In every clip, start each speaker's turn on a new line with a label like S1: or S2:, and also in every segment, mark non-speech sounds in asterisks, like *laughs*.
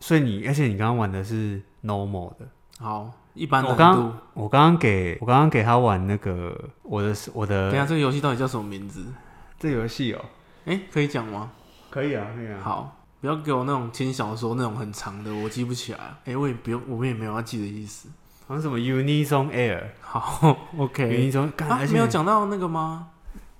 S1: 所以你，而且你刚刚玩的是 normal 的，
S2: 好，一般
S1: 我
S2: 难
S1: 刚
S2: 度。
S1: 我刚刚给我刚刚给他玩那个我的我
S2: 等一下
S1: 的
S2: 这个游戏到底叫什么名字？
S1: 这游戏哦，
S2: 哎、可以讲吗？
S1: 可以啊，可以啊，
S2: 好，不要给我那种轻小说那种很长的，我记不起来。哎、我也不用，我们也没有要记的意思。
S1: 好像什么 Unison Air
S2: 好，OK。
S1: Unison，干
S2: *laughs* 啊
S1: 而，且
S2: 没有讲到那个吗？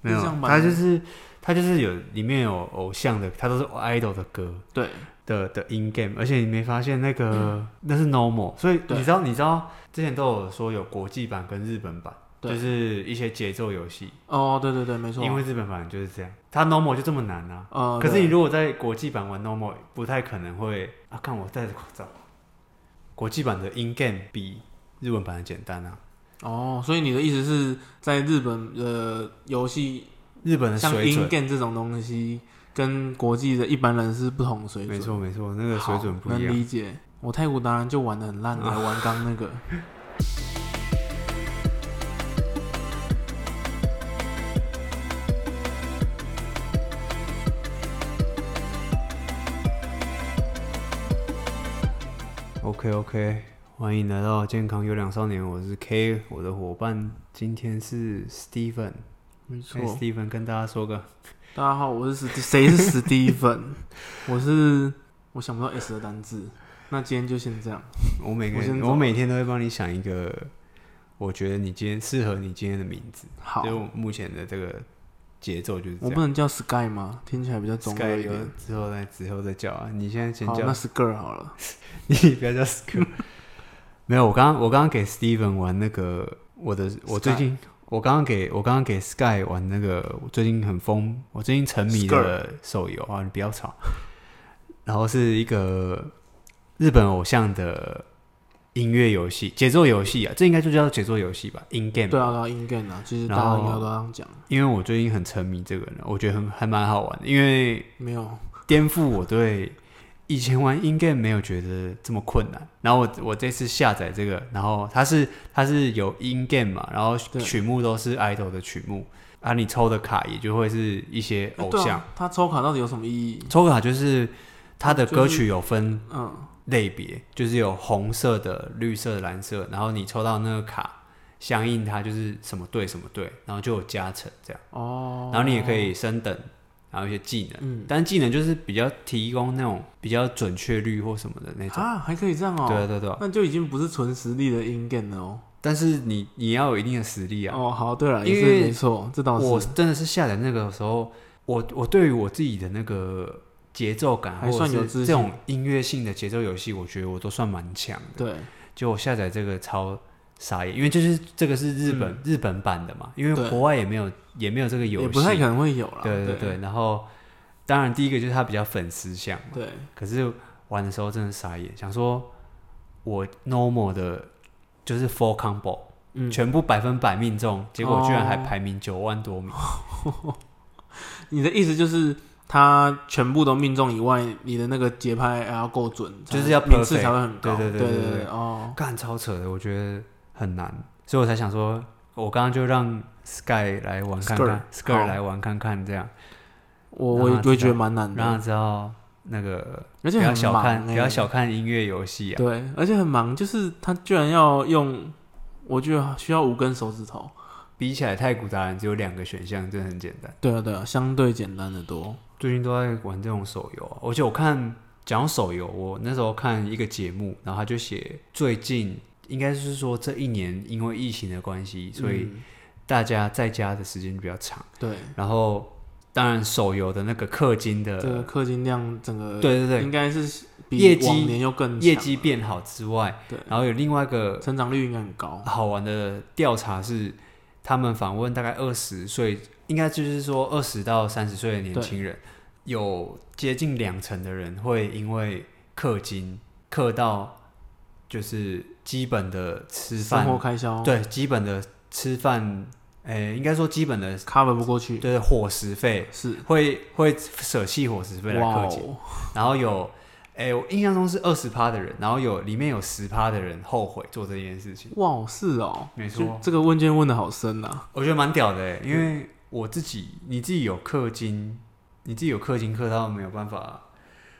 S1: 没有
S2: 日向，版
S1: 他
S2: 的
S1: 就是他就是有里面有偶像的，他都是 idol 的歌
S2: 对，嗯
S1: 的的 in game，而且你没发现那个、那是 normal，所以
S2: 对
S1: 你知道你知道之前都有说有国际版跟日本版，
S2: 对
S1: 就是一些节奏游戏，
S2: 哦，对对对，没错。
S1: 因为日本版就是这样，它 normal 就这么难啊。
S2: 呃，
S1: 可是
S2: 对
S1: 你如果在国际版玩 normal，不太可能会啊。看我戴着口罩，国际版的 in game 比日文版的简单啊。
S2: 哦，所以你的意思是在日本的游戏，
S1: 日本的
S2: 像
S1: 嗯水
S2: in
S1: 准，
S2: game 这种东西，跟国际的一般人是不同水准。
S1: 没错没错，那个水准不
S2: 好
S1: 一
S2: 能
S1: 样。
S2: 理解。我太古达人就玩的很烂，来玩刚那个。
S1: OK OK，欢迎来到健康有两少年，我是 K，我的伙伴今天是 Steven，*laughs*
S2: 没错
S1: 哎，，Steven 跟大家说
S2: *laughs*
S1: 个，
S2: 大家好，我是史蒂，谁是史蒂芬？ *laughs* 我是我想不到 S 的单字。那今天就先这样。
S1: 我每个
S2: 我先
S1: 人
S2: 走
S1: 我每天都会帮你想一个，我觉得你今天适合你今天的名字，
S2: 好，
S1: 就目前的这个节奏就是这
S2: 我
S1: 样
S2: 不。能叫 Sky 吗？听起来比较中
S1: Sky
S2: 二一
S1: 有
S2: 点。
S1: 之后再之后再叫啊，你现在先
S2: 好，
S1: 叫
S2: 那，Sky 好了。
S1: *laughs* 你不要叫 Sky。没有，我刚刚我刚刚给 Steven 玩那个我的，我
S2: Sky
S1: 最近我刚刚给我刚刚给 Sky 玩那个我最近很疯，我最近沉迷的手游啊，你不要吵。然后是一个日本偶像的音乐游戏，节奏游戏啊，这应该就叫节奏游戏吧，in game 吧。
S2: 对啊，对啊，In Game 啊，其实大
S1: 然后
S2: 家应该都这样讲。
S1: 因为我最近很沉迷这个呢，我觉得很还蛮好玩的，因为
S2: 没有，
S1: 颠覆我对以前玩 in game 没有觉得这么困难。然后我我这次下载这个，然后它是它是有 in game 嘛，然后
S2: 对
S1: 曲目都是 idol 的曲目啊，你抽的卡也就会是一些
S2: 哎
S1: 偶
S2: 对啊
S1: 像，
S2: 他抽卡到底有什么意义？
S1: 抽卡就是它的
S2: 就是
S1: 歌曲有分
S2: 嗯，
S1: 类别，就是有红色的、绿色的、蓝色，然后你抽到那个卡，相应它就是什么队什么队，然后就有加成这样，
S2: 哦，
S1: 然后你也可以升等，然后一些技能。
S2: 嗯
S1: 但技能就是比较提供那种比较准确率或什么的那种。
S2: 啊，还可以这样
S1: 对啊
S2: 哦。
S1: 对啊对啊，
S2: 那就已经不是纯实力的 In Game 了哦。
S1: 但是你你要有一定的实力啊。
S2: 哦，好，对了，也
S1: 因为
S2: 是没错，这倒
S1: 我
S2: 是
S1: 真的是下载那个时候，我我对于我自己的那个节奏感，
S2: 还算有
S1: 或者
S2: 自
S1: 是
S2: 信
S1: 这种音乐性的节奏游戏，我觉得我都算蛮强的。
S2: 对，
S1: 就我下载这个超傻眼，因为就是这个是日本、日本版的嘛，因为
S2: 嗯对
S1: 国外也没有也没有这个游戏，
S2: 也不太可能会有了。
S1: 对对
S2: 对
S1: 对。然后当然第一个就是它比较粉丝向，
S2: 对，
S1: 可是玩的时候真的傻眼，想说我 normal 的就是 full combo，、
S2: 嗯，
S1: 全部百分百命中，结果居然还
S2: 哦
S1: 排名九万多名。
S2: 你的意思就是他全部都命中以外，你的那个节拍还要够准，才
S1: 就是要
S2: 频次
S1: perfect
S2: 才会很高。
S1: 对对
S2: 对
S1: 对对对
S2: 对，哦，
S1: 干超扯的，我觉得很难，所以我才想说，我刚刚就让 Sky 来玩看看
S2: Skr，
S1: ，Sky
S2: 好
S1: 来玩看看，这样
S2: 我
S1: 让
S2: 我也
S1: 他
S2: 我也
S1: 知
S2: 觉得
S1: 道
S2: 蛮难
S1: 让
S2: 的，
S1: 他知道那个
S2: 嗯而
S1: 不
S2: 且
S1: 要
S2: 很
S1: 小
S2: 忙
S1: 看不
S2: 欸
S1: 要小看音乐游戏啊，
S2: 对，而且很忙，就是他居然要用，我觉得需要五根手指头。
S1: 比起来太古达人只有两个选项，真的很简单。
S2: 对啊对啊，相对简单的多。
S1: 最近都在玩这种手游、啊，而且我看讲到手游，我那时候看一个节目，然后他就写最近应该是说这一年因为疫情的关系，所以
S2: 嗯
S1: 大家在家的时间比较长，
S2: 对，
S1: 然后当然手游的那个氪金的，
S2: 这个氪金量整个
S1: 呃对对对，
S2: 应该是比
S1: 业绩
S2: 往年又更
S1: 业
S2: 强
S1: 绩变好之外，
S2: 嗯对
S1: 然后有另外一个
S2: 成长率应该很高。
S1: 好玩的调查是，他们访问大概二十岁，应该就是说二十到三十岁的年轻人，有接近两成的人会因为氪金氪到就是基本的吃
S2: 生活
S1: 饭，
S2: 开销
S1: 对基本的吃饭，诶、应该说基本的
S2: cover 不过去，
S1: 对伙食费，
S2: 是
S1: 会会舍弃伙食费来
S2: 哇
S1: 氪金，
S2: 哦，
S1: 然后有。诶，我印象中是二十趴的人，然后有里面有十趴的人后悔做这件事情。
S2: 哇哦是哦，
S1: 没错
S2: 就这个问卷问的好深啊，
S1: 我觉得蛮屌的欸，因为我自己，你自己有氪金，你自己有氪金氪到没有办法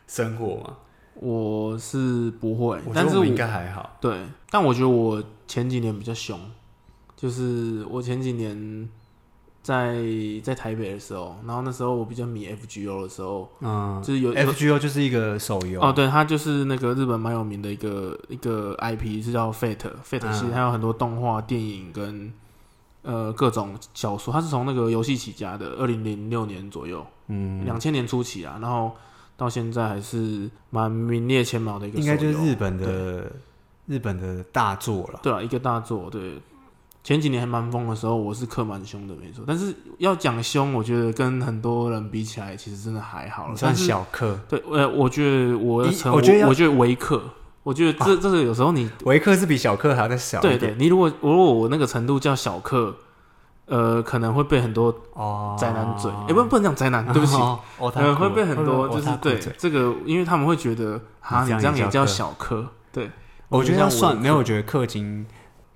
S1: 生活嘛？
S2: 我是不会，
S1: 我觉
S2: 但
S1: 得
S2: 是
S1: 我
S2: 我
S1: 们应该还好。
S2: 对，但我觉得我前几年比较凶，就是我前几年在在台北的时候，然后那时候我比较迷 FGO 的时候，
S1: 嗯
S2: 就是有有
S1: ，FGO 就是一个手游
S2: 哦，，对，它就是那个日本蛮有名的一个一个 IP，是叫 Fate Fate 系，
S1: 嗯
S2: 它有很多动画、电影跟呃各种小说，它是从那个游戏起家的，二零零六年左右，
S1: 嗯，
S2: 两千年初期啊，然后到现在还是蛮名列前茅的一个手
S1: 应
S2: 游，
S1: 该就是日本的日本的大作了。
S2: 对啊，一个大作。对，前几年还蛮疯的时候，我是氪蛮凶的，没错。但是要讲凶，我觉得跟很多人比起来，其实真的还好了
S1: 你。算
S2: 但是，
S1: 小氪，
S2: 对，呃，我觉得我要
S1: 一
S2: 成，
S1: 我觉得要
S2: 我觉得维氪，我觉得这、这个有时候你，
S1: 维克是比小氪还要再小一
S2: 对
S1: 点。
S2: 对，你如果如果我那个程度叫小氪，呃，可能会被很多
S1: 哦，
S2: 宅男嘴，哎、不不能讲宅男，对不起。
S1: 哦，
S2: 呃，
S1: 呃，
S2: 会被很多就是
S1: 哦
S2: 对，这个，因为他们会觉得哈，
S1: 你
S2: 你
S1: 这样
S2: 这样
S1: 也
S2: 也
S1: 叫
S2: 叫
S1: 氪
S2: 小氪，对，
S1: 我觉得要
S2: 我
S1: 算
S2: 觉得
S1: 没有，我觉得氪金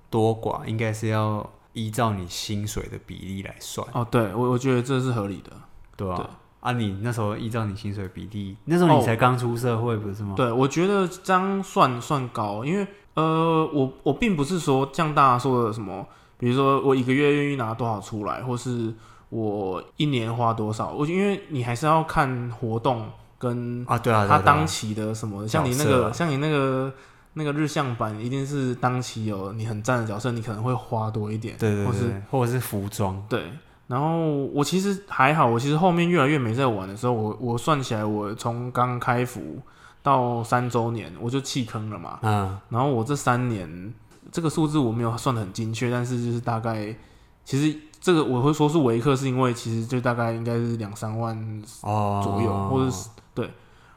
S1: 多寡应该是要依照你薪水的比例来算，
S2: 哦，对我我觉得这是合理的，
S1: 对
S2: 对
S1: 啊？啊，你那时候依照你薪水比例，那时候你
S2: 哦
S1: 才刚出社会不是吗？
S2: 对，我觉得这样算算高，因为呃，我我并不是说像大家说的什么，比如说我一个月愿意拿多少出来，或是我一年花多少，我因为你还是要看活动跟
S1: 啊，对啊，对啊
S2: 它当
S1: 对啊
S2: 期的什么的，像你
S1: 角
S2: 那
S1: 色
S2: 个
S1: 啊
S2: 像你那个那个日向版，一定是当期有你很赞的角色，你可能会花多一点，
S1: 对对
S2: 或
S1: 对
S2: 是
S1: 对，或者是服装，
S2: 对，然后我其实还好，我其实后面越来越没在玩的时候，我我算起来，我从刚开服到三周年，我就弃坑了嘛。
S1: 嗯，
S2: 然后我这三年这个数字我没有算的很精确，但是就是大概，其实这个我会说是维克，是因为其实就大概应该是两三万
S1: 哦，
S2: 左右，或者是对。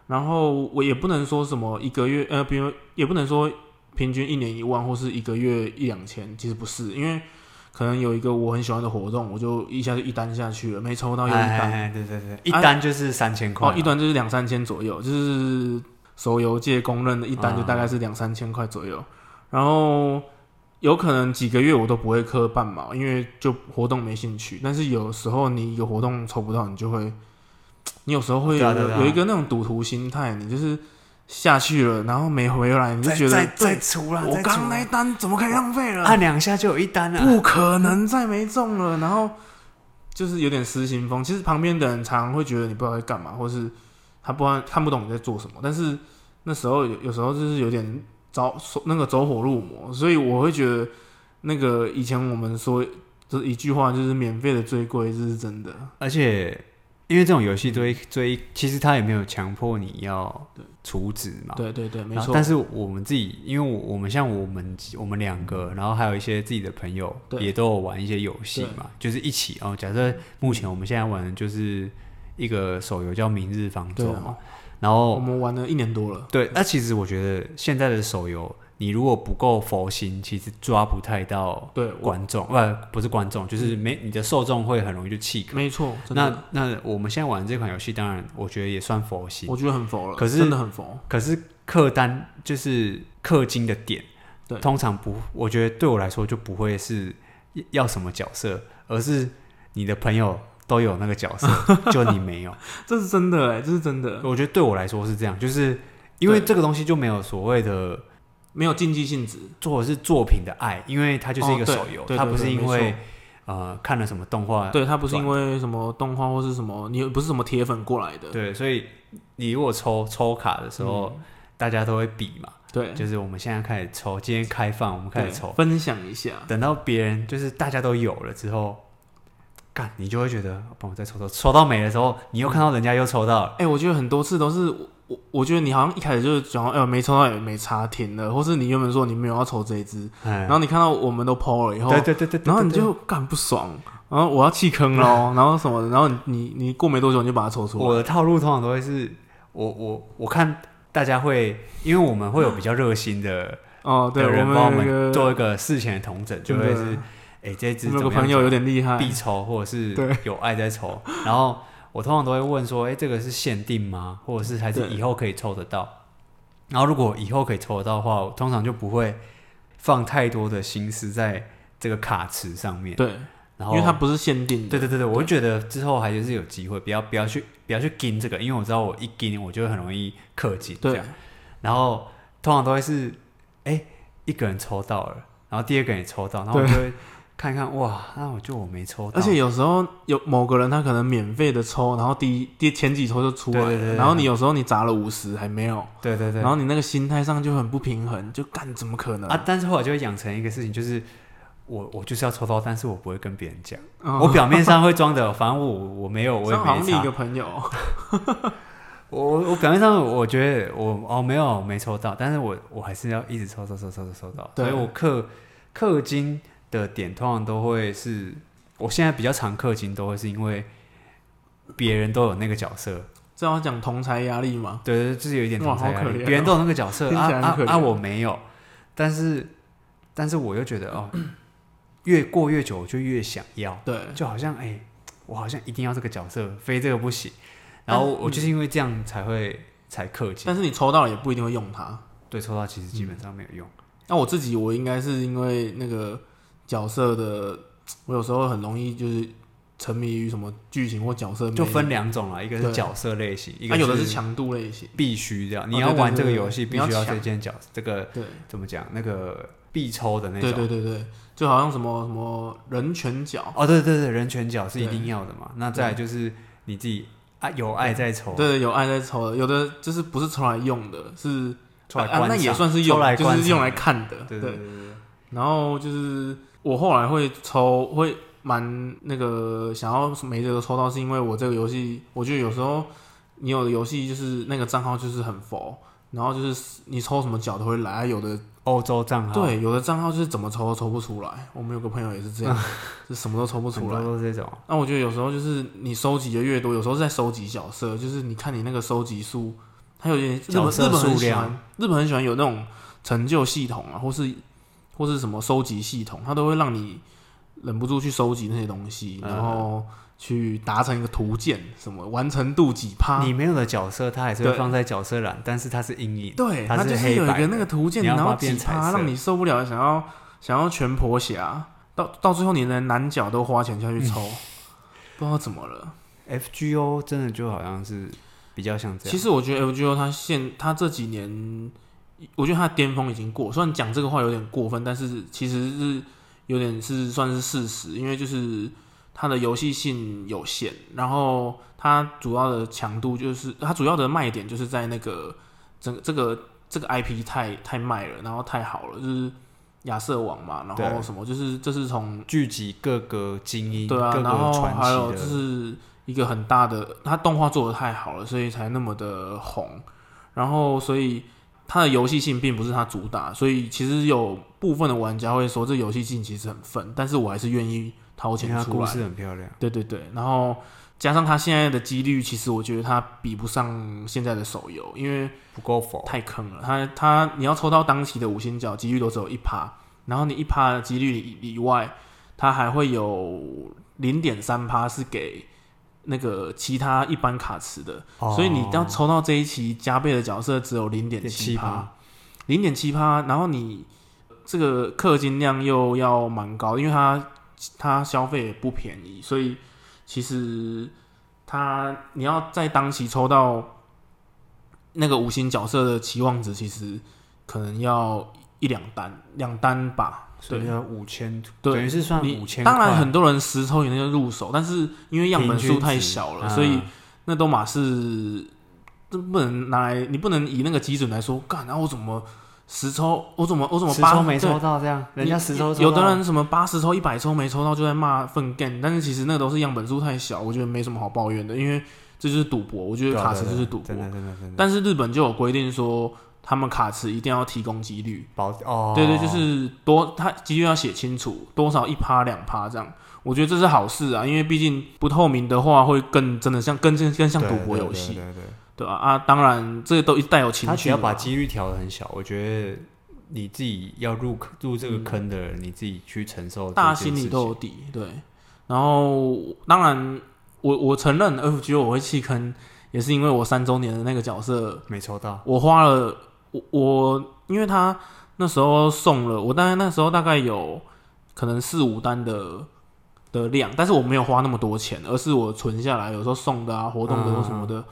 S2: 然后我也不能说什么一个月，呃，比如也不能说平均一年一万或是一个月一两千，其实不是，因为可能有一个我很喜欢的活动，我就一下就一单下去了，没抽到又一
S1: 哎
S2: 单，啊
S1: 哎哎对对对，一单就是三千块
S2: 哦
S1: 嘛，，
S2: 一单就是两三千左右，就是手游界公认的一单就大概是两三千块左
S1: 啊
S2: 右，然后。有可能几个月我都不会氪半毛，因为就活动没兴趣。但是有时候你一个活动抽不到，你就会，你有时候会
S1: 对
S2: 有,、
S1: 啊对啊对啊
S2: 有一个那种赌徒心态，你就是下去了，然后没回来，你就
S1: 再
S2: 觉得
S1: 再再出啦，
S2: 对我
S1: 再出
S2: 刚
S1: 啦
S2: 那一单啊怎么可以浪费了？
S1: 按啊两下就有一单 *laughs* 了，
S2: 不可能再没中了，然后就是有点失心疯。其实旁边的人常常会觉得你不知道在干嘛，或是他不知道看不懂你在做什么。但是那时候有有时候就是有点着那个走火入魔，所以我会觉得那个以前我们说就是一句话，就是免费的最贵，这是真的。
S1: 而且因为这种游戏追追，其实他也没有强迫你要处置嘛。
S2: 对对对，没
S1: 然后
S2: 错。
S1: 但是我们自己，因为我我们像我们我们两个，然后还有一些自己的朋友，
S2: 对
S1: 也都有玩一些游戏嘛，就是一起哦。假设目前我们现在玩的就是一个手游叫《明日方舟
S2: 对》
S1: 嘛
S2: 啊，，
S1: 然
S2: 我
S1: 后
S2: 们玩了一年多了。
S1: 对，那其实我觉得现在的手游，你如果不够佛心，其实抓不太到
S2: 对，我
S1: 观众，不、呃不是观众，就是没你的受众会很容易就弃坑。
S2: 没错，真的
S1: 那那我们现在玩这款游戏，当然我觉得也算佛系，
S2: 我觉得很佛了，
S1: 可是
S2: 真的很佛。
S1: 可是客单就是氪金的点，
S2: 对
S1: 通常不，我觉得对我来说就不会是要什么角色，而是你的朋友都有那个
S2: *laughs*
S1: 角色，就你没有。
S2: 这是真的哎、这是真的，
S1: 我觉得对我来说是这样，就是因为
S2: 对
S1: 这个东西就没有所谓的
S2: 没有竞技性质。
S1: 做的是作品的爱，因为它就是一个
S2: 哦对
S1: 手游，
S2: 对
S1: 它
S2: 对
S1: 不是
S2: 对
S1: 因
S2: 没
S1: 为
S2: 错
S1: 呃看了什么动画
S2: 对他不是
S1: 转
S2: 因为什么动画或是什么，你不是什么铁粉过来的，
S1: 对，所以你如果抽抽卡的时候，
S2: 嗯
S1: 大家都会比嘛，
S2: 对，
S1: 就是我们现在开始抽，今天开放我们开
S2: 对
S1: 始抽，
S2: 分享一下，
S1: 等到别人就是大家都有了之后，干你就会觉得哦帮我再抽抽，抽到没的时候，你又看到人家又抽到了，
S2: 哎、我觉得很多次都是我我，我觉得你好像一开始就是讲，哎、呦没抽到也没差，停了，或是你原本说你没有要抽这一支，
S1: 哎
S2: 然，后你看到我们都抛了以后，
S1: 对对对对对，
S2: 然后你
S1: 对对
S2: 就干不爽，然后我要弃坑喽，然后什么的，然后你你你过没多久你就把它抽出
S1: 我的
S2: 来，
S1: 套路通常都会是我我我看大家会，因为我们会有比较热心的
S2: 哦，对，
S1: 的
S2: 我
S1: 人帮我
S2: 们那
S1: 们
S2: 个
S1: 做一个事前的同整，就会
S2: 真
S1: 是
S2: 的
S1: 哎这
S2: 我
S1: 只
S2: 们
S1: 怎么
S2: 有个
S1: 样
S2: 朋友有点厉害，
S1: 必抽，或者是
S2: 哎对
S1: 有爱在抽。然后我通常都会问说，哎、这个是限定吗？或者是还是
S2: 对
S1: 以后可以抽得到？然后如果以后可以抽得到的话，我通常就不会放太多的心思在这个卡池上面。
S2: 对，
S1: 然
S2: 因
S1: 后
S2: 为它不是限定的，
S1: 对对对对，我会觉得之后还是有机会，不要不要去不要去盯这个，因为我知道我一盯我就会很容易氪金。这
S2: 对
S1: 样，然后通常都会是哎、一个人抽到了，然后第二个人也抽到，然后我就会看一看哇，那我就我没抽到，
S2: 而且有时候有某个人他可能免费的抽，然后第一第前几抽就出来了，
S1: 对对对对
S2: 然后你有时候你砸了五十还没有，
S1: 对对对，
S2: 然后你那个心态上就很不平衡，就干怎么可能？
S1: 啊，但是后来就会养成一个事情，就是我我就是要抽到，但是我不会跟别人讲，
S2: 嗯
S1: 我表面上会装的，反正我我没有，我也
S2: 像好
S1: 没
S2: 像你一个
S1: 差。
S2: 朋友， *laughs*
S1: 我我表面上我觉得我哦没有没抽到，但是我我还是要一直抽抽抽抽抽抽到，
S2: 对
S1: 所以我氪氪金的点通常都会是，我现在比较常氪金都会是因为别人都有那个角色，
S2: 这要讲同财压力嘛，
S1: 对对，就是有一点
S2: 啊哇
S1: 同才
S2: 好
S1: 压力
S2: 可怜哦
S1: 别人都有那个角色
S2: 听
S1: 啊
S2: 起来
S1: 啊
S2: 很可
S1: 啊，
S2: 怜
S1: 我没有，但是但是我又觉得哦，越过越久我就越想要，
S2: 对，
S1: 就好像哎、我好像一定要这个角色，非这个不行。然后我就是因为这样才会才氪金，
S2: 但是你抽到了也不一定会用它。
S1: 对抽到其实基本上没有用。
S2: 那我自己，我应该是因为那个角色的，我有时候很容易就是沉迷于什么剧情或角色魅力，
S1: 就分两种啦，一个是
S2: 嗯对
S1: 角色类型，一
S2: 啊，
S1: 个
S2: 有的是强度类型，
S1: 必须这样，你
S2: 哦
S1: 要
S2: 对对
S1: 玩这个
S2: 对对
S1: 游戏必
S2: 你要
S1: 须要
S2: 抢
S1: 这件角这个
S2: 对，
S1: 怎么讲那个必抽的那
S2: 对
S1: 种。
S2: 对对对，就好像什么什么人拳脚，
S1: 哦，对对对，人权角是一
S2: 对
S1: 定要的嘛。那再来就是你自己爱有爱在抽，
S2: 对，有爱在抽的，有的就是不是抽来用的，是
S1: 抽来
S2: 啊
S1: 观赏，
S2: 那也算是用
S1: 抽来，
S2: 就
S1: 观
S2: 是
S1: 赏
S2: 用来。看的，
S1: 对对对对对
S2: 然后就是我后来会抽，会蛮那个想要没这个抽到，是因为我这个游戏，我觉得有时候你有的游戏就是那个账号就是很佛，然后就是你抽什么角都会来，啊有的
S1: 欧洲账号，
S2: 对，有的账号就是怎么抽都抽不出来。我们有个朋友也是
S1: *laughs*
S2: 这样，就什么都抽不
S1: 很
S2: 出
S1: 多
S2: 来。
S1: 都是这种。
S2: 那我觉得有时候就是你收集的越多，有时候是在收集角色，就是你看你那个收集数，还有一点日本
S1: 角色
S2: 日本很
S1: 数
S2: 喜
S1: 量
S2: 欢，日本很喜欢有那种成就系统啊，或是或是什么收集系统，它都会让你忍不住去收集那些东西，
S1: 嗯
S2: 然后去达成一个图鉴，什么完成度几趴，
S1: 你没有的角色，它还是会
S2: 啊对
S1: 放在角色栏，但是它是阴影。
S2: 对，
S1: 它
S2: 它
S1: 是
S2: 就是
S1: 黑
S2: 有一
S1: 白的
S2: 个那个图鉴，
S1: 你要
S2: 然
S1: 把
S2: 后
S1: 它变
S2: 几
S1: 彩
S2: 趴
S1: 色
S2: 让你受不了，想要想要全婆侠，到到最后你连男角都花钱下去
S1: *laughs*
S2: 抽，不知道怎么了。
S1: FGO 真的就好像是比较像这
S2: 其
S1: 样，
S2: 实我觉得 FGO 它现它这几年，我觉得它的巅峰已经过。虽然讲这个话有点过分，但是其实是有点是算是事实，因为就是它的游戏性有限，然后它主要的强度就是它主要的卖点就是在那个整个这个这个 IP 太太卖了，然后太好了，就是亚瑟王嘛，然后
S1: 对
S2: 什么就是这是从
S1: 聚集各个精英，
S2: 对啊，
S1: 各
S2: 然
S1: 个
S2: 后还
S1: 传
S2: 有就
S1: 奇的。
S2: 是一个很大的，它动画做的太好了，所以才那么的红。然后，所以它的游戏性并不是它主打，所以其实有部分的玩家会说这游戏性其实很愤，但是我还是愿意掏
S1: 因
S2: 钱
S1: 为它
S2: 出
S1: 啊故
S2: 来。
S1: 事很漂亮，
S2: 对对对，然后加上它现在的几率，其实我觉得它比不上现在的手游，因为
S1: 不够否？
S2: 太坑了。它它你要抽到当期的五星角，几率都只有一趴，然后你一趴的几率以以外，它还会有零点三趴是给那个其他一般卡池的，
S1: 哦
S2: 所以你要抽到这一期加倍的角色只有零点七
S1: 0.7%
S2: 趴，零点七趴，然后你这个氪金量又要蛮高，因为它它消费也不便宜，所以其实它你要在当期抽到那个五星角色的期望值，其实可能要一两单两单吧，
S1: 所
S2: 对
S1: 以。要五千，
S2: 对
S1: 等于是算
S2: 你
S1: 五千。
S2: 当然很多人十抽以内就入手，但是因为样本数太小了，
S1: 嗯
S2: 所以那都马是这不能拿来，你不能以那个基准来说，干，然、后我怎么十抽，我怎么我怎么
S1: 十
S2: 八
S1: 抽没抽
S2: 对
S1: 到这样，人家十抽抽
S2: 有有的
S1: 到
S2: 人什么八十抽、一百抽没抽到就在骂粪 g 但是其实那都是样本数太小，我觉得没什么好抱怨的，因为这就是赌博，我觉
S1: 对
S2: 得
S1: 啊
S2: 卡
S1: 对
S2: 池
S1: 啊
S2: 就是赌博
S1: 真。的真的真的。
S2: 但是日本就有规定说，他们卡池一定要提供几率，
S1: 保哦，
S2: 对对，就是多，他几率要写清楚多少一趴两趴这样。我觉得这是好事啊，因为毕竟不透明的话，会更真的像更更更像
S1: 对
S2: 赌博
S1: 对
S2: 游戏，
S1: 对对对
S2: 对吧、啊？当然，这都一带有情绪嘛。
S1: 他只要把几率调的很小，我觉得你自己要入坑入这个坑的人，你自己去承受。
S2: 嗯大家心里都有，底，对。然后当然，我我承认 FGO 我会弃坑，也是因为我三周年的那个角色，
S1: 没抽到，
S2: 我花了我我因为他那时候送了我，大概那时候大概有可能四五单的的量，但是我没有花那么多钱，而是我存下来，有时候送的啊活动的
S1: 嗯
S2: 或什么的，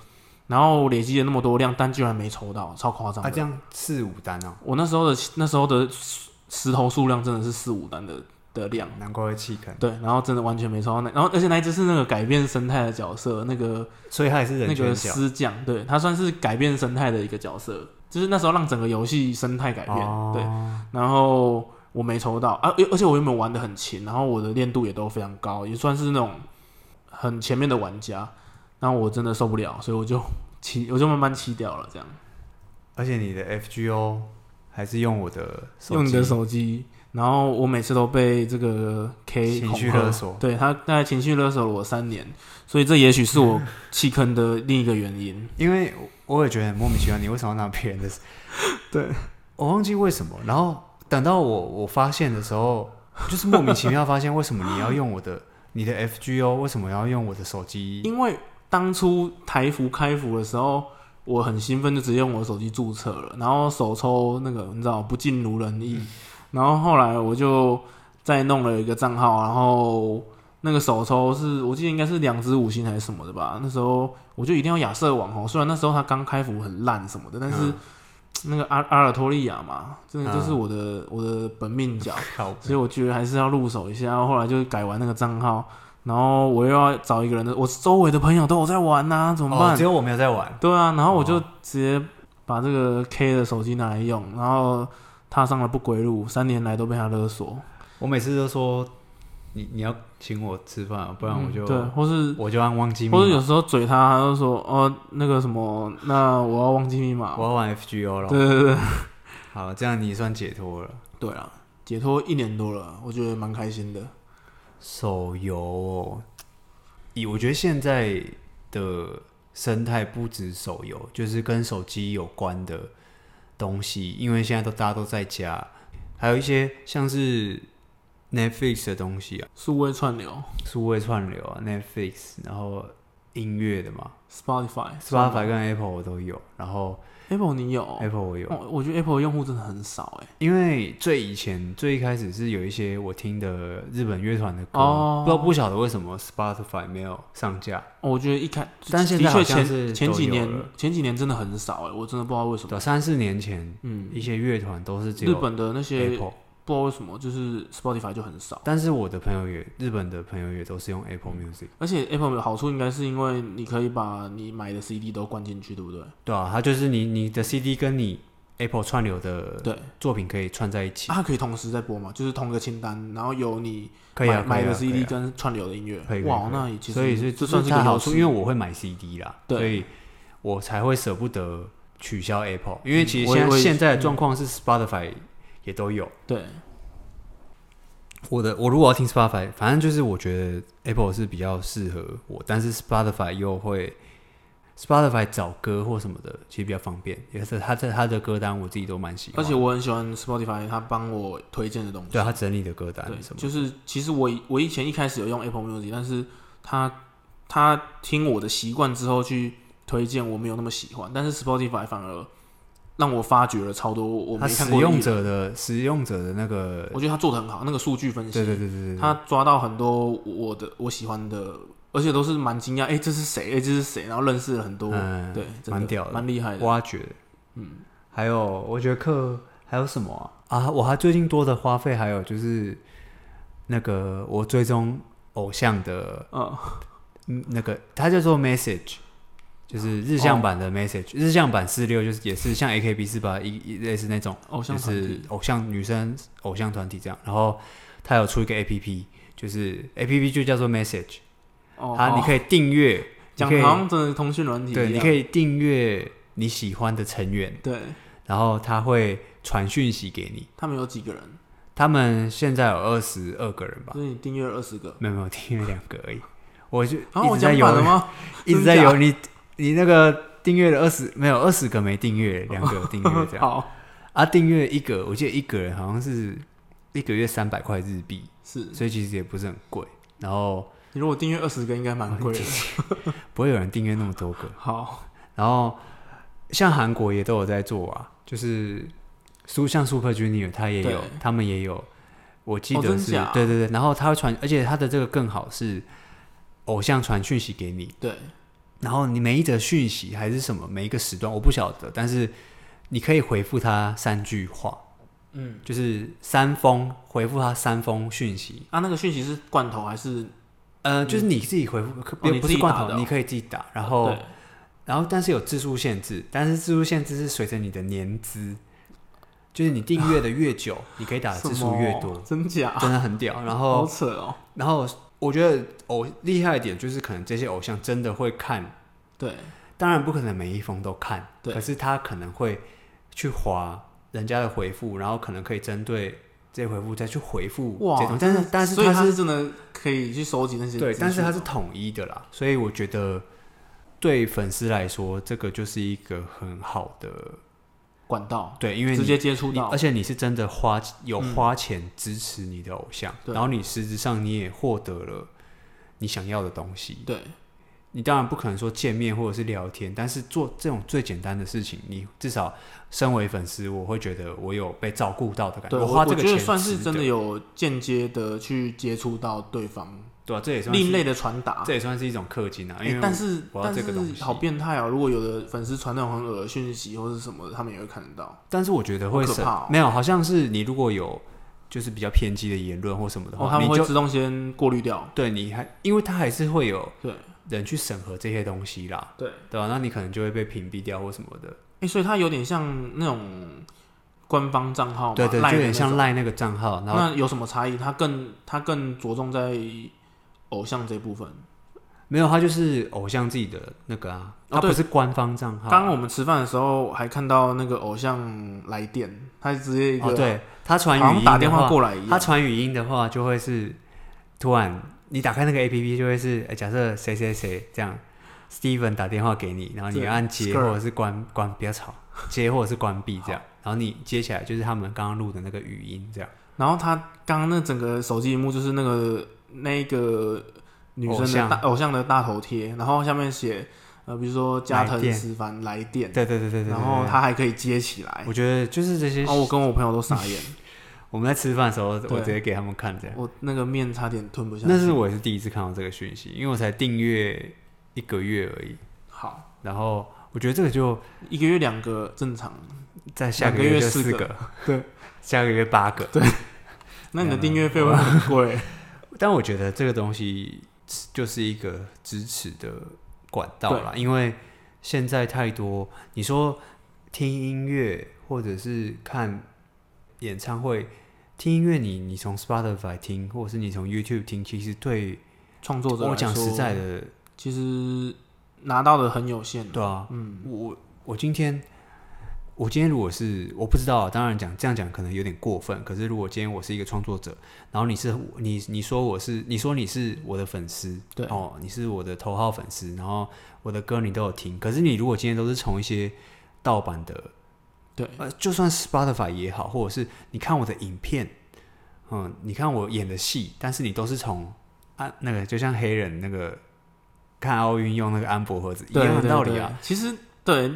S2: 然后累积了那么多量，但居然没抽到，超夸张
S1: 啊，
S2: 的。
S1: 这样四五单哦，
S2: 我那时候的那时候的石石头数量真的是四五单的的量，
S1: 难怪会弃坑，
S2: 对，然后真的完全没抽到那，然后而且那一只是那个改变生态的角色，那个
S1: 所以他也是人
S2: 那个
S1: 权角
S2: 师匠，对他算是改变生态的一个角色，就是那时候让整个游戏生态改变，对，
S1: 哦
S2: 然后我没抽到啊，而而且我原本玩的很勤，然后我的练度也都非常高，也算是那种很前面的玩家，然后我真的受不了，所以我就弃，我就慢慢弃掉了，这样
S1: 而且你的 FGO 还是用我的手
S2: 用你的
S1: 机
S2: 手机，然后我每次都被这个 K
S1: 情绪
S2: 恐吓
S1: 勒索
S2: 对他大概情绪勒索了我三年，所以这也许是我弃坑的另一个原因。
S1: 因为我也觉得很莫名其妙，你为什么要拿别人的？ *laughs*
S2: 对，
S1: 我忘记为什么。然后等到我我发现的时候，就是莫名其妙发现为什么你要用我的 *laughs* 你的 FGO，为什么要用我的手机？
S2: 因为当初台服开服的时候，我很兴奋，就直接用我手机注册了，然后手抽那个你知道不尽如人意，
S1: 嗯
S2: 然后后来我就再弄了一个账号，然后那个手抽是我记得应该是两只五星还是什么的吧，那时候我就一定要亚瑟网红，虽然那时候他刚开服很烂什么的，但是。
S1: 嗯
S2: 那个阿阿尔托利亚嘛，真的就是
S1: 嗯
S2: 我的、我的本命角，
S1: 靠
S2: 所以我觉得还是要入手一下。后来就改玩那个账号，然后我又要找一个人的，我周围的朋友都有在玩呐、怎么
S1: 哦
S2: 办？
S1: 只有我没有在玩。
S2: 对啊，然后我就
S1: 哦
S2: 直接把这个 K 的手机拿来用，然后踏上了不归路，三年来都被他勒索，
S1: 我每次都说你你要请我吃饭，啊不然我就、
S2: 嗯对，或是
S1: 我就按忘记密
S2: 或者有
S1: 码，
S2: 时候嘴他，他就说哦那个什么，那我要忘记密码
S1: 我，要玩 FGO 了。
S2: 对对对，
S1: *laughs* 好，这样你算解脱了。
S2: 对啊，解脱一年多了，我觉得蛮开心的。
S1: 手游、哦，以我觉得现在的生态不止手游，就是跟手机有关的东西，因为现在都大家都在家，还有一些像是 Netflix 的东西啊，
S2: 数位串流
S1: 数位串流啊，Netflix，然后音乐的嘛
S2: Spotify、
S1: ，Spotify 跟 Apple 我都有，然后
S2: Apple 你有？哦
S1: Apple 我有，
S2: 我觉得 Apple 的用户真的很少哎、
S1: 因为最以前最一开始是有一些我听的日本乐团的歌，
S2: 哦
S1: 不知道不晓得为什么 Spotify 没有上架。
S2: 哦我觉得一开，
S1: 但现在
S2: 的
S1: 好
S2: 确
S1: 像是
S2: 前前几
S1: 都有
S2: 年
S1: 了
S2: 前几年真的很少哎、我真的不知道为什么。
S1: 对，三四年前
S2: 嗯，
S1: 一些乐团都是只
S2: 日
S1: 有
S2: 本的那些
S1: Apple，
S2: 不知道为什么，就是 Spotify 就很少，
S1: 但是我的朋友也日本的朋友也都是用 Apple Music，
S2: 而且 Apple 的好处应该是因为你可以把你买的 CD 都灌进去，对不对？
S1: 对啊，它就是你你的 CD 跟你 Apple 串流的
S2: 对，
S1: 作品可以串在一起，
S2: 啊它可以同时在播嘛，就是同一个清单，然后有你
S1: 可以啊，可
S2: 买买
S1: 以
S2: 的
S1: 啊
S2: CD
S1: 可以啊
S2: 跟串流的音乐
S1: 可以，可以
S2: 哇，
S1: 可以
S2: 那也其实
S1: 所以是
S2: 这算是
S1: 它
S2: 个
S1: 好
S2: 优
S1: 处，
S2: 势，
S1: 因为我会买 CD 啦，
S2: 对
S1: 所以我才会舍不得取消 Apple，因为
S2: 嗯
S1: 其实
S2: 我也
S1: 现在
S2: 我也
S1: 现在的状况是 Spotify 也都有。
S2: 对
S1: 我的我如果要听 Spotify，反正就是我觉得 Apple 是比较适合我，但是 Spotify 又会 Spotify 找歌或什么的，其实比较方便，也是它在它的歌单我自己都蛮喜欢，
S2: 而且我很喜欢 Spotify 它帮我推荐的东西。
S1: 对它啊整理的歌单
S2: 对
S1: 什，么的，
S2: 就是其实我以我以前一开始有用 Apple Music，但是他他听我的习惯之后去推荐，我没有那么喜欢。但是 Spotify 反而让我发掘了超多我
S1: 它
S2: 没看
S1: 使
S2: 过的
S1: 用
S2: 艺人，
S1: 者的使用者的那个，
S2: 我觉得他做的很好，那个数据分析，
S1: 对对对对对，
S2: 他抓到很多我的我喜欢的，而且都是蛮惊讶，哎、这是谁？哎、这是谁？然后认识了很多，
S1: 嗯
S2: 对，真
S1: 蛮屌的
S2: 蛮厉害的。
S1: 挖掘，
S2: 嗯，
S1: 还有我觉得课还有什么啊？啊我还最近多的花费还有就是那个我追踪偶像的
S2: 嗯，
S1: 嗯，那个它叫做 Message，就是日向版的 Message，、日向版四六就是也是像 AKB 四八一一类似那种，
S2: 偶哦像
S1: 就
S2: 团体
S1: 是偶像女生偶像团体这样。然后它有出一个 APP，就是 APP 就叫做 Message，
S2: 哦，
S1: 它你
S2: 以
S1: 可以订阅，你
S2: 讲
S1: 可
S2: 得好
S1: 以
S2: 像真的通讯软体一样，
S1: 对，你可以订阅你喜欢的成员，
S2: 对，
S1: 然后它会传讯息给你。
S2: 他们有几个人？
S1: 他们现在有二十二个人吧？
S2: 所以你订阅了二十个。
S1: 没有没有，订阅两个而已。我就
S2: 然后
S1: 一
S2: 啊我
S1: 直在
S2: 讲
S1: 犹
S2: 反
S1: 豫
S2: 了吗？
S1: 一直在有你你那个订阅了二十没有二十个没订阅，两个有订阅这样
S2: 好，
S1: 啊，订阅一个我记得一个人好像是一个月三百块日币，
S2: 是
S1: 所以其实也不是很贵，然后
S2: 你如果订阅二十个，应该蛮
S1: 哦
S2: 贵的。
S1: 不会有人订阅那么多个，
S2: 好，
S1: 然后像韩国也都有在做啊，就是苏像 Super Junior 他也有
S2: 对，
S1: 他们也有，我记
S2: 哦
S1: 得
S2: 真
S1: 是、
S2: 假
S1: 对对对，然后他会传，而且他的这个更好是偶像传讯息给你，
S2: 对，
S1: 然后你每一则讯息还是什么，每一个时段我不晓得，但是你可以回复他三句话，
S2: 嗯，
S1: 就是三封回复他三封讯息，
S2: 啊，那个讯息是罐头还是？
S1: 呃，就是你自己回复，可
S2: 嗯哦你
S1: 不
S2: 自
S1: 是
S2: 己
S1: 罐
S2: 打
S1: 头，
S2: 的哦
S1: 你可以自己打，然后
S2: 对
S1: 然后但是有字数限制，但是字数限制是随着你的年资，就是你订阅的越久，你可以打的字数越
S2: 什么 *laughs*
S1: 多，
S2: 真假？
S1: 真的很屌。然
S2: 好
S1: 后
S2: 扯哦。
S1: 然后我觉得偶厉害一点就是可能这些偶像真的会看
S2: 对，
S1: 当然不可能每一封都看，
S2: 对
S1: 可是他可能会去划人家的回复，然后可能可以针对这些回复再去回复
S2: 哇
S1: 这种，但是但是
S2: 所以
S1: 他
S2: 他
S1: 是
S2: 是真的可以去收集那些资讯哦，
S1: 对，但是他是统一的啦，所以我觉得对粉丝来说，这个就是一个很好的
S2: 管道，
S1: 对，因为你
S2: 啊直接接触
S1: 你呃
S2: 到
S1: 而，且你是真的花有花钱支持你的偶像，
S2: 对
S1: 然后你实质上你也获得了你想要的东西，
S2: 对，
S1: 你当然不可能说见面或者是聊天，但是做这种最简单的事情，你至少身为粉丝，我会觉得我有被照顾到的感觉。
S2: 对，我
S1: 花这
S2: 我
S1: 个
S2: 觉
S1: 钱
S2: 得算是
S1: 值
S2: 真的
S1: 得，
S2: 有间接的去接触到对方，
S1: 对啊，这也算是
S2: 另类的传达
S1: 这。也算是一种氪金啊。因
S2: 欸
S1: 为
S2: 但是
S1: 我要
S2: 但
S1: 这个东
S2: 是
S1: 西
S2: 好变态哦！如果有的粉丝传那种很恶的讯息或是什么的，他们也会看得到。
S1: 但是我觉得会
S2: 好可
S1: 审
S2: 怕哦
S1: 没有，好像是你如果有就是比较偏激的言论或什么的话，
S2: 哦，他们
S1: 你
S2: 会
S1: 就
S2: 自动先过滤掉。
S1: 对你还因为他还是会有
S2: 对
S1: 人去审核这些东西啦，
S2: 对，
S1: 对吧、那你可能就会被屏蔽掉或什么的。
S2: 哎、所以它有点像那种官方账号嘛，
S1: 对对，
S2: 哦赖
S1: 就
S2: 的
S1: 有点像
S2: 那种。嗯
S1: 赖那个账号，然后
S2: 那有什么差异？它更它更着重在偶像这部分。
S1: 没有，他就是偶像自己的那个啊，
S2: 哦
S1: 他
S2: 对
S1: 不是官方账号。
S2: 刚刚我们吃饭的时候还看到那个偶像来电，他直接一个、
S1: 哦，对他
S2: 好
S1: 传语
S2: 像
S1: 音
S2: 打电话
S1: 话，
S2: 过来一
S1: 他
S2: 样。
S1: 传语音的话就会是突然你打开那个 A P P 就会是，呃假设谁谁谁这样，Steven 打电话给你，然后你
S2: 对
S1: 按接
S2: Skirt
S1: 或者是关关，不要吵，接或者是关闭这样，然后你接起来就是他们刚刚录的那个语音这样。
S2: 然后他刚刚那整个手机荧幕就是那个那个女生
S1: 偶
S2: 的
S1: 像
S2: 大偶像的大头贴，然后下面写呃，比如说加
S1: 来
S2: 藤
S1: 电
S2: 石凡来电，
S1: 对对对对对对。
S2: 然后
S1: 对，
S2: 他还可以接起来。
S1: 我觉得就是这些
S2: 然，后我跟我朋友都傻眼，
S1: 我们在吃饭的时候，我
S2: 对
S1: 直接给他们看这样。
S2: 我那个面差点吞不下去。
S1: 啊那是我也是第一次看到这个讯息，因为我才订阅一个月而已。
S2: 好，
S1: 然后我觉得这个就
S2: 一个月两个正常。
S1: 在下
S2: 两个
S1: 月
S2: 月
S1: 就
S2: 四
S1: 四
S2: 个
S1: 个， *laughs* 对，下个月八个。对，
S2: 那你的订阅费会很贵。
S1: 但我觉得这个东西就是一个支持的管道啦，因为现在太多，你说听音乐或者是看演唱会。听音乐你，你从 Spotify 听，或者是你从 YouTube 听，其实对
S2: 创作者
S1: 我
S2: 来
S1: 哦讲
S2: 说
S1: 实在，的，
S2: 其实拿到的很有限。
S1: 对啊，
S2: 嗯，
S1: 我我今天，我今天如果是我不知道啊，当然讲这样讲可能有点过分，可是如果今天我是一个创作者，然后你是你你说我是你说你是我的粉丝，
S2: 对
S1: 哦，你是我的头号粉丝，然后我的歌你都有听，可是你如果今天都是从一些盗版的，
S2: 对
S1: 呃，就算 Spotify 也好，或者是你看我的影片，嗯，你看我演的戏，但是你都是从啊那个就像黑人那个看奥运用那个安博盒子一
S2: 对
S1: 样的道理啊。。
S2: 对对其实对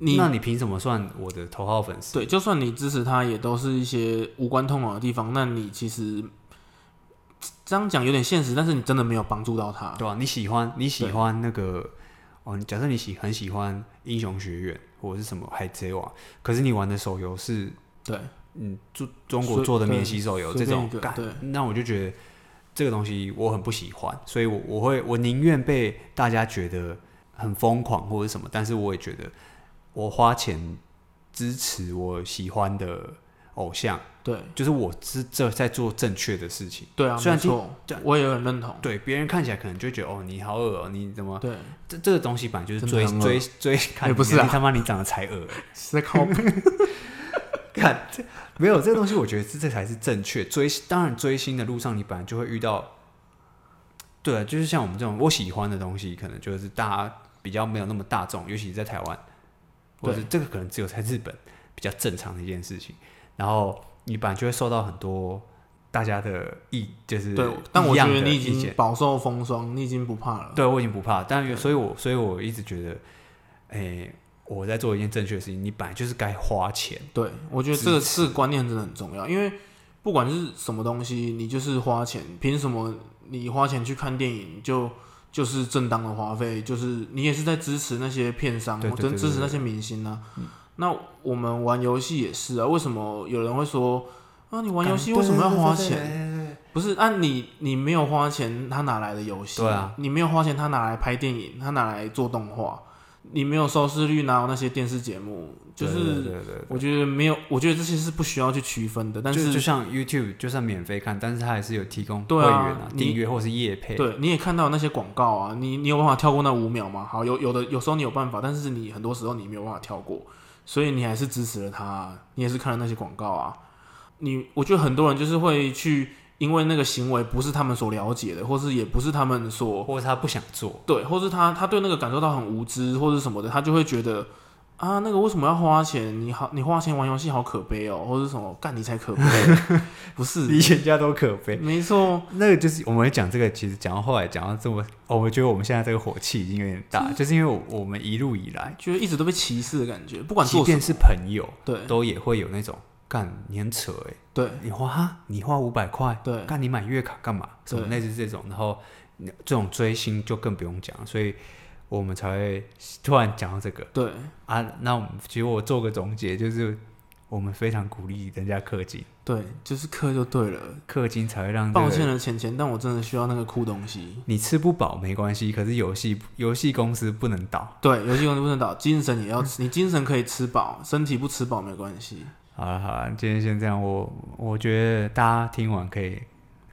S2: 你
S1: 那你凭什么算我的头号粉丝？
S2: 对，就算你支持他，也都是一些无关痛痒的地方。那你其实这样讲有点现实，但是你真的没有帮助到他。
S1: 对吧、你喜欢你喜欢那个哦，你假设你喜很喜欢英雄学院或者是什么海贼王，可是你玩的手游是
S2: 对，
S1: 嗯中中
S2: 随
S1: 国做的
S2: 对
S1: 免洗手游
S2: 随
S1: 这
S2: 便
S1: 种
S2: 一个，
S1: 干
S2: 对，
S1: 那我就觉得这个东西我很不喜欢，所以我我会我宁愿被大家觉得很疯狂或者什么，但是我也觉得我花钱支持我喜欢的偶像，
S2: 对，
S1: 就是我是这在做正确的事情。
S2: 对啊，
S1: 虽然
S2: 没错
S1: 对，
S2: 我也很认同。
S1: 对别人看起来可能就会觉得哦，你好恶哦、你怎么 *laughs*
S2: 对，
S1: 这这个东西本来就是
S2: 真的
S1: 追
S2: 很恶
S1: 追追看你、
S2: 哎不是啊
S1: 你他妈你长得才恶、
S2: 是在靠
S1: 看这没有这个东西，我觉得这这才是正确追。当然追星的路上，你本来就会遇到，对啊，就是像我们这种我喜欢的东西，可能就是大家比较没有那么大众，尤其是在台湾，或者
S2: 对
S1: 这个可能只有在日本比较正常的一件事情。然后你本来就会受到很多大家的意，就是
S2: 对，但我
S1: 一
S2: 觉
S1: 样
S2: 得
S1: 的
S2: 你已
S1: 意见
S2: 经饱受风霜，你已经不怕了。
S1: 对，我已经不怕，但所以我，所以我一直觉得，诶、我在做一件正确的事情，你本来就是该花钱。
S2: 对，我觉得这个这个观念真的很重要，因为不管是什么东西，你就是花钱，凭什么你花钱去看电影就就是正当的花费，就是你也是在支持那些片商，
S1: 对对对
S2: 跟
S1: 对
S2: 支持
S1: 对
S2: 那些明星啊。那我们玩游戏也是啊，为什么有人会说啊，你玩游戏为什么要花钱？
S1: 钱？
S2: 不是，啊，你你没有花钱，他哪来的游戏？
S1: 对啊，
S2: 你没有花钱，他哪来拍电影？他哪来做动画？你没有收视率，哪有那些电视节目？就
S1: 对对对
S2: 是
S1: 对对
S2: 我觉得没有，我觉得这些是不需要去区分的。但
S1: 就是就像 YouTube 就算免费看，但是它还是有提供会
S2: 对
S1: 员
S2: 啊
S1: 啊、
S2: 你
S1: 订阅或是业配。
S2: 对，你也看到那些广告啊，你你有办法跳过那五秒吗？好，有有的有时候你有办法，但是你很多时候你没有办法跳过，所以你还是支持了他啊，你也是看了那些广告啊。你我觉得很多人就是会去，因为那个行为不是他们所了解的，或是也不是他们所
S1: 或者他不想做，
S2: 对，或是他他对那个感受到很无知或是什么的，他就会觉得啊，那个为什么要花钱？你好，你花钱玩游戏好可悲哦，或是什么干你才可悲，不是？
S1: 比全家都可悲。
S2: 没错，
S1: 那个就是我们讲这个，其实讲到后来讲到这么，哦，我觉得我们现在这个火气已经有点大，就是因为我我们一路以来，
S2: 哎觉得一直都被歧视的感觉，不管
S1: 即
S2: 做什
S1: 便
S2: 么，
S1: 是朋友，
S2: 对
S1: 都也会有那种干你很扯哎、
S2: 对。
S1: 你花哈你花五百块，
S2: 对
S1: 干你买月卡干嘛？什么
S2: 对
S1: 类似这种，然后你这种追星就更不用讲，所以我们才会突然讲到这个。
S2: 对，
S1: 啊，那我们其实我做个总结，就是我们非常鼓励人家氪金，
S2: 对，就是氪就对了。
S1: 氪金才会让、这个、
S2: 抱歉了，钱钱，但我真的需要那个酷东西。
S1: 你吃不饱没关系，可是游戏游戏公司不能倒。
S2: 对，游戏公司不能倒，精神也要吃。你精神可以吃饱，身体不吃饱没关系。
S1: 好了啊好了，今天先这样，我我觉得大家听完可以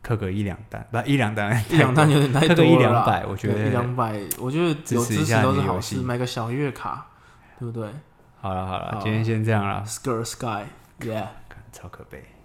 S1: 氪个一两单，不一两单， *laughs*
S2: 一两单有点太
S1: 氪
S2: 多
S1: 个
S2: 了啦，
S1: 一两百，我觉
S2: 对一
S1: 得
S2: 两百，我觉得
S1: 支
S2: 有
S1: 持一
S2: 支持
S1: 下
S2: 都
S1: 你
S2: 是
S1: 游
S2: 好
S1: 戏
S2: 事，买个小月卡，对不对
S1: 好了好了，
S2: 好啊
S1: 今天先这样了，
S2: ？Skr Sky，Yeah。
S1: 干超可悲。